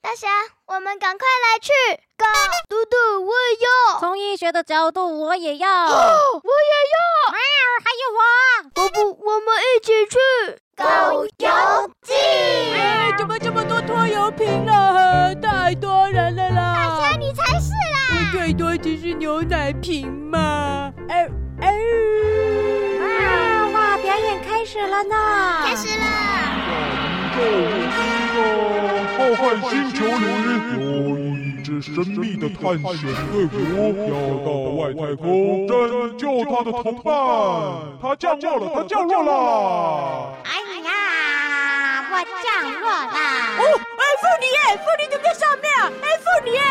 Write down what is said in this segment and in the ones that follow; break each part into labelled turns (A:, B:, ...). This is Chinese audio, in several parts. A: 大侠，我们赶快来去狗嘟嘟，我也要，
B: 从医学的角度，我也要。
A: 哦，我也要，
B: 还有我，
A: 我不，我们一起去
C: 狗游
A: 记。
C: 哎，怎么这么多拖油瓶啊？太多人了啦！
A: 大侠，你才是啦！
C: 最多只是牛奶瓶嘛。哎哎，
B: 啊哇，表演开始了呢！
A: 开始啦！
D: 浩瀚星球里有一支神秘的探险队伍，要到外太空拯救他的同伴。他降落了，他降落了！
B: 哎呀，我降落啦！
C: 哦，哎，妇女耶，妇女怎么在上面啊？哎，妇女耶，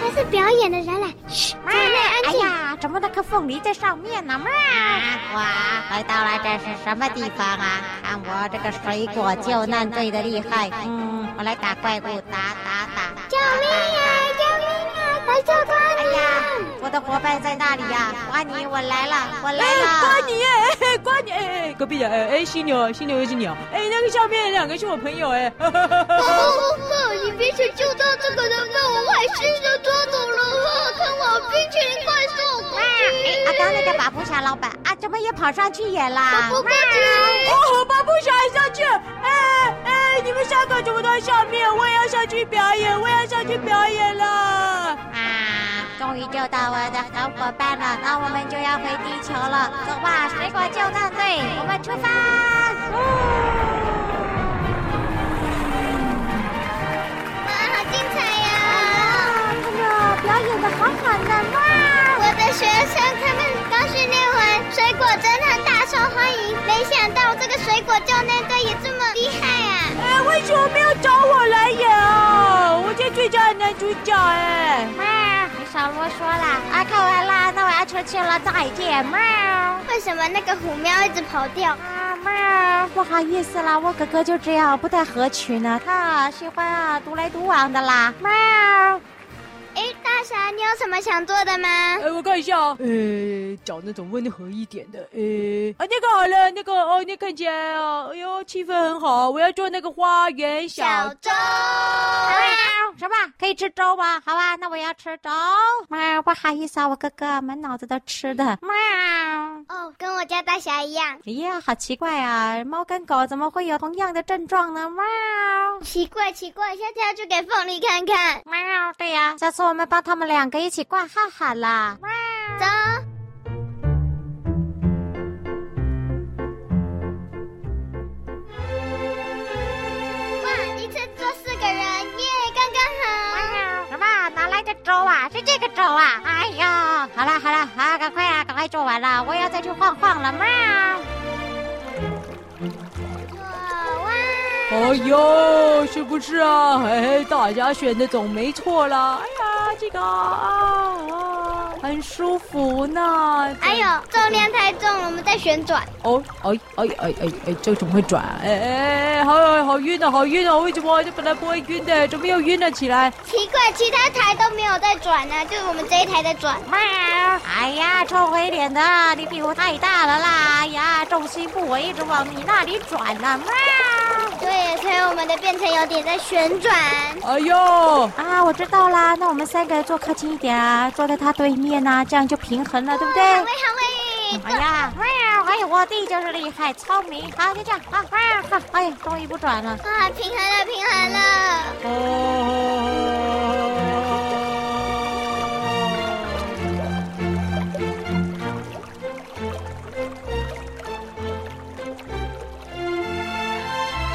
A: 还是表演的人来，嘘，
B: 妈
A: 这内安
B: 哎
A: 静。
B: 呀，怎么那颗凤梨在上面呢？妈，
E: 哇，回到了这是什么地方啊？看我这个水果救难队的厉害！嗯，我来打怪物，打打打！
A: 救命啊！救命啊！来救他
E: 哎
A: 们！
E: 呀，我的伙伴在那里呀、瓜尼，我来了，我来
C: 哎，瓜
E: 了！
C: 你耶，哎，瓜你，哎哎，隔壁的，哎哎，犀牛啊，犀牛又是鸟，哎，那个下面两个是我朋友，哎，哈哈哈哈
A: 不不不！你冰淇淋救到这个人被我外星人抓走了，看我冰淇淋怪兽攻
E: 啊，刚那个巴布侠老板啊，怎么也跑上去演啦？
A: 攻击！
C: 哦，巴布侠也上去了，哎哎，你们三个怎么都在上面？我也要上去表演，我也要上去表演啦！
E: 啊，终于救到我的好伙伴了，那我们就要回地球了。走吧，水果救难队，我们出发！
A: 哇，好精彩呀！
B: 哎呀，表演的好好呢！哇，
A: 我的学生他们刚训练完，水果侦探大受欢迎，没想到这个水果救难队也这么厉害啊！
C: 哎，为什么没有找我来演啊？我是最佳的男主角哎！
E: 妈，你少啰嗦啦！啊，看完啦，那我要出去了，再见，喵。
A: 为什么那个虎喵一直跑掉？
E: 啊妈，
B: 不好意思啦，我哥哥就这样，不太合群呢。
E: 他喜欢啊独来独往的啦。
B: 喵，
A: 诶，大侠，你有什么想做的吗？
C: 哎，我看一下哦，呃，找那种温和一点的，呃，啊，那个好了，那个哦，那看起来哦，哎呦，气氛很好，我要做那个花园小。
A: 周，
B: 喵，什么？可以吃粥吗？好啊，那我要吃粥。喵，不好意思啊，我哥哥满脑子都吃的。喵，
A: 哦，跟我家大侠一样。
B: 哎呀，好奇怪啊，猫跟狗怎么会有同样的症状呢？喵。
A: 奇怪奇怪，下次要去给凤梨看看。
B: 喵，对呀、下次我们帮他们两个一起挂号好了。
A: 走，哇，一次坐四个人，耶，刚刚好。
B: 喵，什么？哪来的粥啊？是这个粥啊？哎呀，好了好了，啊，赶快啊，赶快做完了，我要再去晃晃了。喵，
A: 哇哇，
C: 哎呦，是不是啊？哎，大家选的总没错啦。哎呀，这个啊，啊很舒服呢。
A: 哎呦，重量太重了，我们在旋转。
C: 哦，哎哎哎哎哎，这怎么会转？哎哎哎，好好晕啊，好晕啊！为什么这本来不会晕的，怎么又晕了起来？
A: 奇怪，其他台都没有在转呢、就我们这一台在转。
B: 喵，哎呀，臭回脸的，你屁股太大了啦！哎呀，重心不稳，一直往你那里转呢、喵。
A: 对，所以我们的变成有点在旋转。
C: 哎呦，
B: 啊，我知道啦，那我们三个坐靠近一点啊，坐在他对面啊，这样就平衡了，对不对？
A: 好喂好喂，
B: 哎呀，喵！哎呀，我弟就是厉害，聪明。好，就这样，好，喵！好，哎呀，终于不转了。
A: 啊，平衡了平衡了。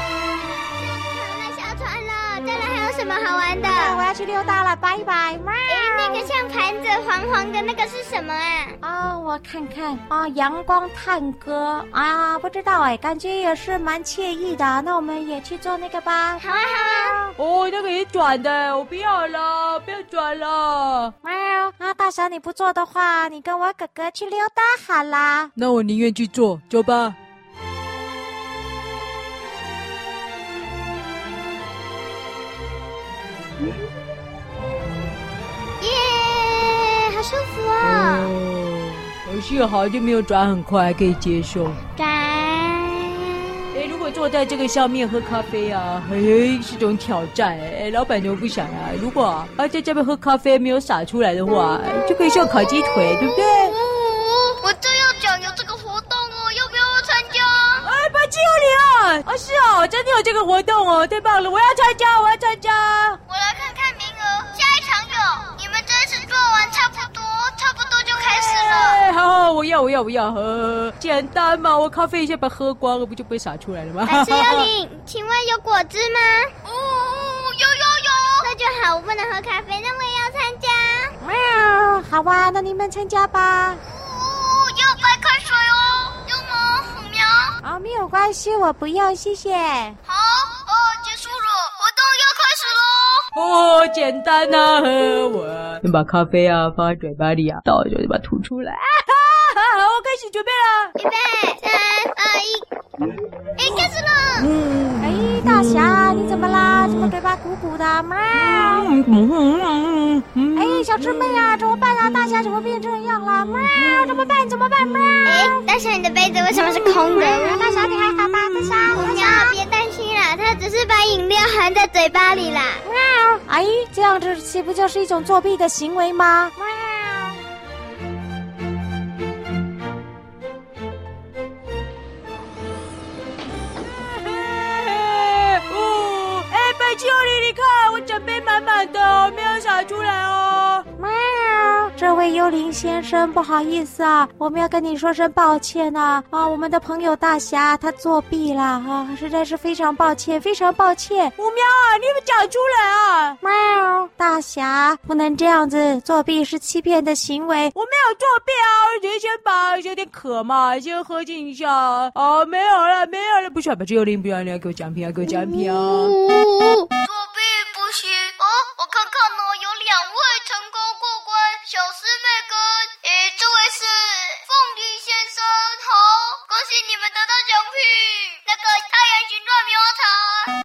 A: 好了，小船了，再来还有什么好玩的？
B: 哎，我要去溜达了，拜拜，喵！
A: 那个像盘子黄黄的那个是什么啊？
B: 啊、我看看啊、阳光探戈啊，不知道哎，感觉也是蛮惬意的。那我们也去做那个吧。
A: 好啊好啊，
C: 哦，那个也转的，我不要了，不要转了。
B: 喵！啊，大侠你不做的话，你跟我哥哥去溜达好啦。
C: 那我宁愿去做，走吧。
A: 耶，好舒服哦！
C: 哦，还是好，就没有转很快，可以接受。
A: 转，
C: 哎，如果坐坐在这个上面喝咖啡啊，嘿，是种挑战。哎，老板娘不想啊，如果啊啊在这边喝咖啡没有洒出来的话，哎就可以像烤鸡腿，对不对？
A: 哦，我正要讲有这个活动哦，要不要我参加？
C: 哎，白痴哦你啊！啊是哦，真的有这个活动哦，太棒了！我要参加，我要参加。
A: 我来看看名额，下一场有，你们这次做完差不多，差不多就开始 了。
C: 哎，好好，我要，我要，我要喝，简单嘛，我咖啡一下把它喝光了，不就不会洒出来了吗？
A: 白痴幽灵，请问有果汁吗？哦，有有有。那就好，我不能喝咖啡，那我也要参加。
E: 喵，好啊，那你们参加吧。
A: 哦，要白开水哦，要吗？虎苗。
E: 啊、
B: 哦
E: 没有关系，我不用，谢谢。
B: 哎
A: 好，哦，结束了，活动要开始喽。
C: 哦，简单呐、啊，喝我先把咖啡啊放在嘴巴里啊，倒就把它吐出来。啊哈， 好，我开始准备了。
A: 预备，三二一，哎，开始了。
E: 哎，大侠，你怎么啦？怎么嘴巴鼓鼓的？喵！
C: 嗯嗯嗯嗯
E: 哎，小师妹啊，怎么办啊？大侠怎么变这样了？喵，怎么办？怎么办？喵！
A: 哎，大侠，你的杯子为什么是空的？
E: 大侠，你还好吗？大侠，
A: 虎
E: 大
A: 苗
E: 侠，，
A: 别担心啦，他只是把饮料含在嘴巴里啦。
E: 喵！哎，这样子岂不就是一种作弊的行为吗？喵！
C: 哎哦，哎，白秋里，你看我整杯满满的，没有洒出来哦。
E: 喵！这位幽灵先生，不好意思啊，我们要跟你说声抱歉呐、啊！我们的朋友大侠他作弊了啊，实在是非常抱歉，非常抱歉。
C: 五喵啊，你们讲出来啊！
E: 喵！大侠不能这样子，作弊是欺骗的行为。
C: 我没有作弊啊，我只是先把有点渴嘛，先喝进一下啊。哦，没有了，没有了，不喜欢把这幽灵不要了，给我奖品啊，给我奖品啊。
A: 作弊不行哦！我看看哦，有两位成功过关，小师妹跟诶，这位是凤梨先生，好，恭喜你们得到奖品，那个太阳形状棉花糖。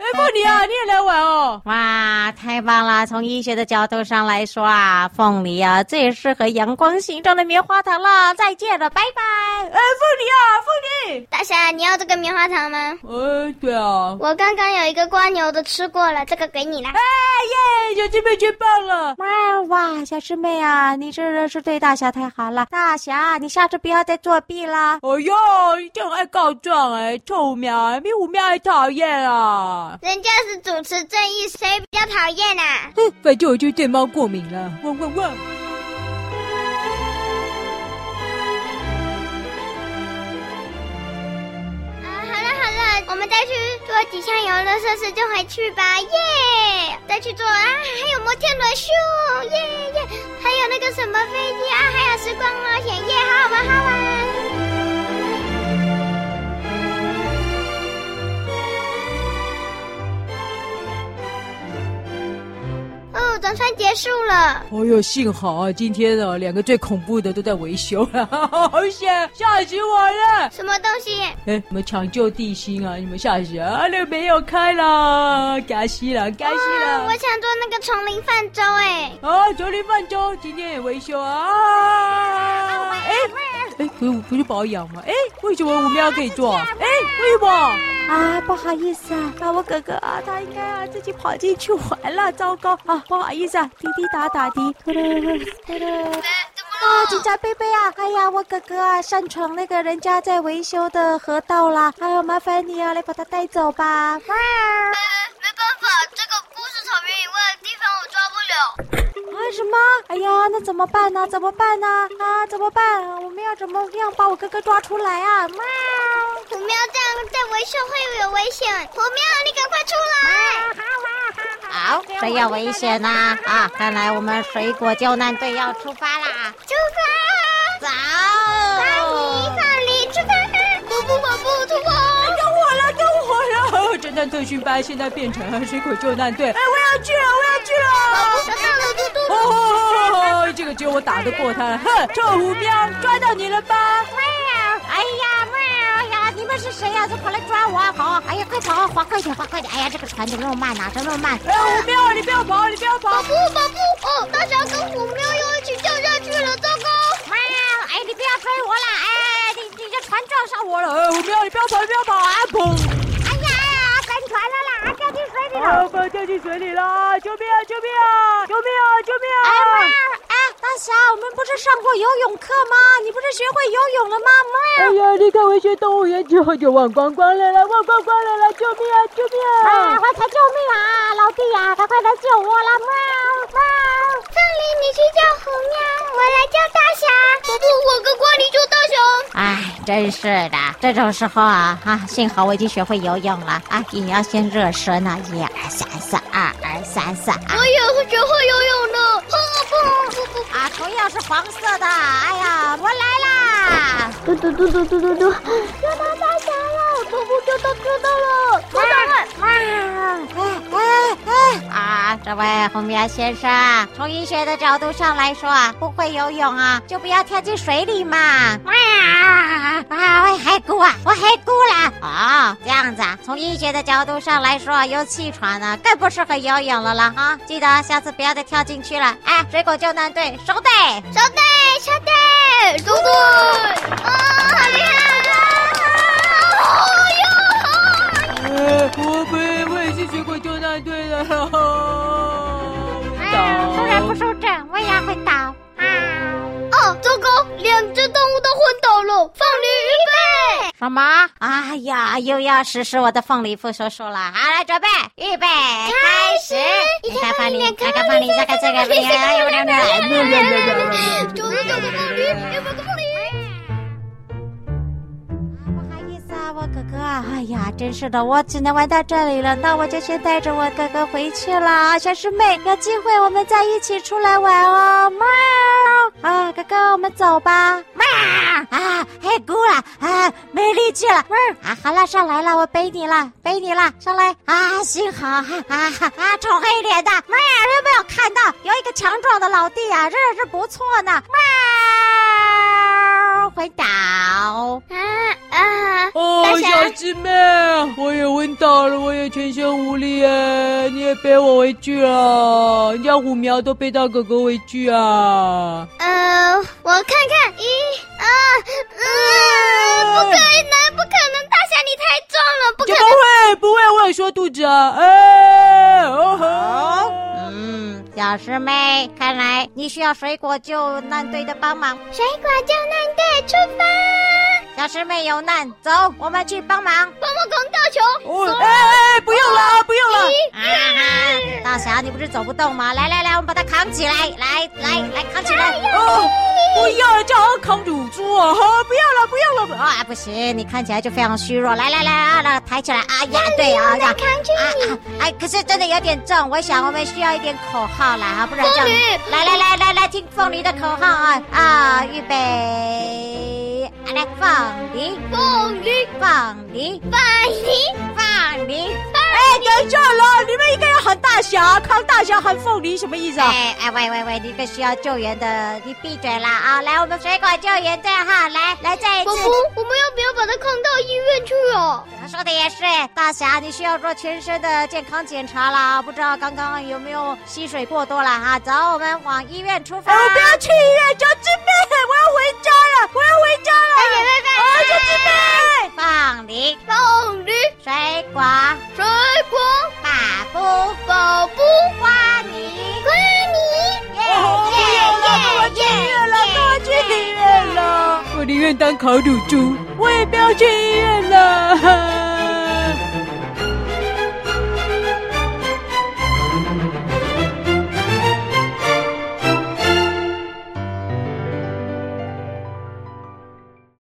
C: 哎，凤梨啊，你也来玩哦。
F: 哇，太棒了！从医学的角度上来说啊，凤梨啊最适合阳光形状的棉花糖了。再见了，拜拜。
C: 哎，凤梨啊，凤梨。
A: 大侠，你要这个棉花糖吗？
C: 呃，对啊。
A: 我刚刚有一个瓜牛的吃过了，这个给你啦。
C: 哎耶，小师妹最棒了。
E: 哇哇，小师妹啊，你这人是对大侠太好了。大侠，你下次不要再作弊啦。
C: 哎呦，你这样爱告状哎，臭五喵，比五喵还讨厌啊！
A: 人家是主持正义，谁比较讨厌啊？
C: 哼，反正我就对猫过敏了。汪汪汪！
A: 啊，好了好了，我们再去做几项游乐设施就回去吧，耶！再去做啊，还有摩天轮秀，耶耶，还有那个什么飞机啊，还有时光冒险，耶，好好啊玩，好好玩。哦，总算结束了。
C: 哎呦，幸好啊，今天啊，两个最恐怖的都在维修 了，好险，吓死我了！
A: 什么东西？啊
C: 哎，你们抢救地心啊，你们吓死啊！那个没有开啦，该死了，该死
A: 啊，我
C: 了！
A: 想做那个丛林泛舟哎。
C: 啊，昨天泛舟，今天也维修啊！哎哎，不是不是保养吗？哎，为什么我们要可以做？哎，为什么？
E: 啊，不好意思啊，啊，我哥哥啊，他应该啊自己跑进去玩了，糟糕啊，不好意思啊，滴滴答答滴，嘟噜嘟噜。啊，警察贝贝啊，哎呀，我哥哥啊擅闯那个人家在维修的河道啦，哎呀，麻烦你啊，来把他带走吧。喵
A: 没办法，这个故事草原以外的地方我抓不了。
E: 啊什么？哎呀，那怎么办呢、怎么办呢、啊？怎么办？我们要怎么样把我哥哥抓出来啊？喵！
A: 虎喵这样在维修会有危险，虎喵你赶快出来！
F: 好，这要危险呐、啊！看来我们水果救难队要出发啦！
A: 出发！
F: 走，
A: 放你放你出发！跑步跑步出发！
C: 跟我了，跟我了！侦探特训班现在变成了水果救难队。哎，我要去了，我要去
A: 跑
C: 了！
A: 到了，嘟嘟。
C: 哦，这个只有我打得过他了。哼，臭狐喵，抓到你了吧？
F: 哎呀，喵呀！你们是谁呀、这跑来抓我啊！跑！哎呀，快跑！划快点，划快点！哎呀，这个船怎么那么慢呢、怎么那么慢？
C: 哎，狐喵，你不要跑，你不要跑
A: 跑！步跑步！哦，大侠跟虎喵又一起掉下去了，糟糕！
F: 喵！哎，你不要追我了！哎，你你这船撞上我了！
C: 哎，狐喵，你不要跑，你不要跑！啊，砰！
F: 哎呀，
C: 掉进水里了！救命啊！救命啊！救命啊！救命啊！
B: 哎，大侠，我们不是上过游泳课吗？你不是学会游泳了吗？
C: 哎呀，离开文学动物园之后就忘光光了啦，忘光光了啦！救命啊！救命啊！
B: 快快救命啊！老弟呀、赶快来救我啦！喵喵。
A: 这里你去叫虎喵，我来叫大侠。伯伯，我跟瓜你叫大侠。
E: 哎，真是的，这种时候啊啊，幸好我已经学会游泳了啊！也要先热身呢、一
F: 哎
E: 二三四，二二三四啊！
A: 我也会学会游泳的，砰啊砰啊噗噗。
E: 啊，同样是黄色的，哎呀，我来啦！
A: 嘟嘟嘟嘟嘟嘟嘟，要到大侠了，伯伯就到知道了。我打了，
E: 啊，这位红苗先生，从医学的角度上来说啊，不会游泳啊，就不要跳进水里嘛。啊啊！我黑姑啊，我黑姑啦！哦，这样子啊，从医学的角度上来说，有气喘呢、更不适合游泳了啦哈。记得啊下次不要再跳进去了。哎，水果救难队，收队！
A: 小队小队，嘟嘟。啊，好厉害！好呀！
C: 哎，我被我也是水果救难队的了。
E: 哎呀，突然不收整，我也会倒。啊！
A: 哦，糟糕，两只动物都昏倒了，放驴预备。
E: 什么？哎呀，又要实施我的凤梨不收收了！好，来准备，预备，开始！
A: 一
E: 开
A: 开
E: 放
A: 放
E: 你
A: 你，
E: 开
A: 开开
E: 开放
A: 放
E: 你，
A: 你
E: 再
A: 再
E: 开
A: 开
E: 这
A: 这
E: 个
A: 个
E: 别，
A: 别
E: 哎呦，两两两两两。
A: 嘟嘟嘟嘟放驴，有没有放驴？
E: 不好意思啊，我哥哥，哎呀，真是的，我只能玩到这里了。那我就先带着我哥哥回去了。小师妹，有机会我们再一起出来玩哦。喵！啊，哥哥，我们走吧。喵！啊，黑姑了，啊，没力气了。喵！啊，好了，上来了，我背你了，背你了，上来。啊，幸好啊啊啊，臭黑脸的，喵，有没有看到有一个强壮的老弟啊，真是不错呢。喵！回倒。
A: 啊啊！
C: 哦，
A: 大侠
C: 小师妹，我也昏倒了，我也全身无力耶，你也背我回去了，人家虎苗都背到哥哥回去啊。
A: 呃，我看看，一啊，嗯、不可能，不可能，大侠你太壮了，不可
C: 这
A: 能
C: 不。会不会，我有说肚子啊，哎，哦吼。
E: 嗯，小师妹，看来你需要水果救难队的帮忙。
A: 水果救难队出发，
E: 小师妹有难，走，我们去帮忙。
A: 帮我拱吊球。
C: 哦，哎哎，哎不用了啊，不用了。
E: 啊哈！大侠，你不是走不动吗？来来来，我们把它扛起来，来来来，扛起来。
C: 哦，不要了，这好像扛乳猪啊！哈，不要了，不要了。
E: 啊，不行，你看起来就非常虚弱。来来来啊，来抬起来。啊呀，对啊呀，
A: 扛去
E: 啊啊！哎，可是真的有点重，我想我们需要一点口号啦，啊不然这样
A: 凤梨。
E: 来来来来来，听凤梨的口号啊啊！预备，啊来凤梨。
A: 凤梨，
E: 放你，
A: 凤梨，
E: 放你！
C: 哎，等一下啦，你们应该要喊大侠，扛大侠喊凤梨什么意思啊？
E: 哎哎喂喂喂，你们需要救援的，你闭嘴啦啊！来，我们水果救援队哈，来来再一
A: 伯
E: 次。
A: 伯，我们要不要把它扛到医院去啊？
E: 说的也是，大侠，你需要做全身的健康检查了啊！不知道刚刚有没有吸水过多了哈、走，我们往医院出发。
C: 哎，我不要去医院，小师妹，我要回家了，我要回家
E: 哎
C: 了。啊，小师妹，
E: 放你，
A: 凤梨，
E: 水果，
A: 水果，
E: 把布，
A: 宝布，
E: 花泥，
A: 瓜泥，
E: 耶
C: 哦
E: 耶耶耶！
C: 我去医院了，我宁愿当烤乳猪，我也不要去医院了。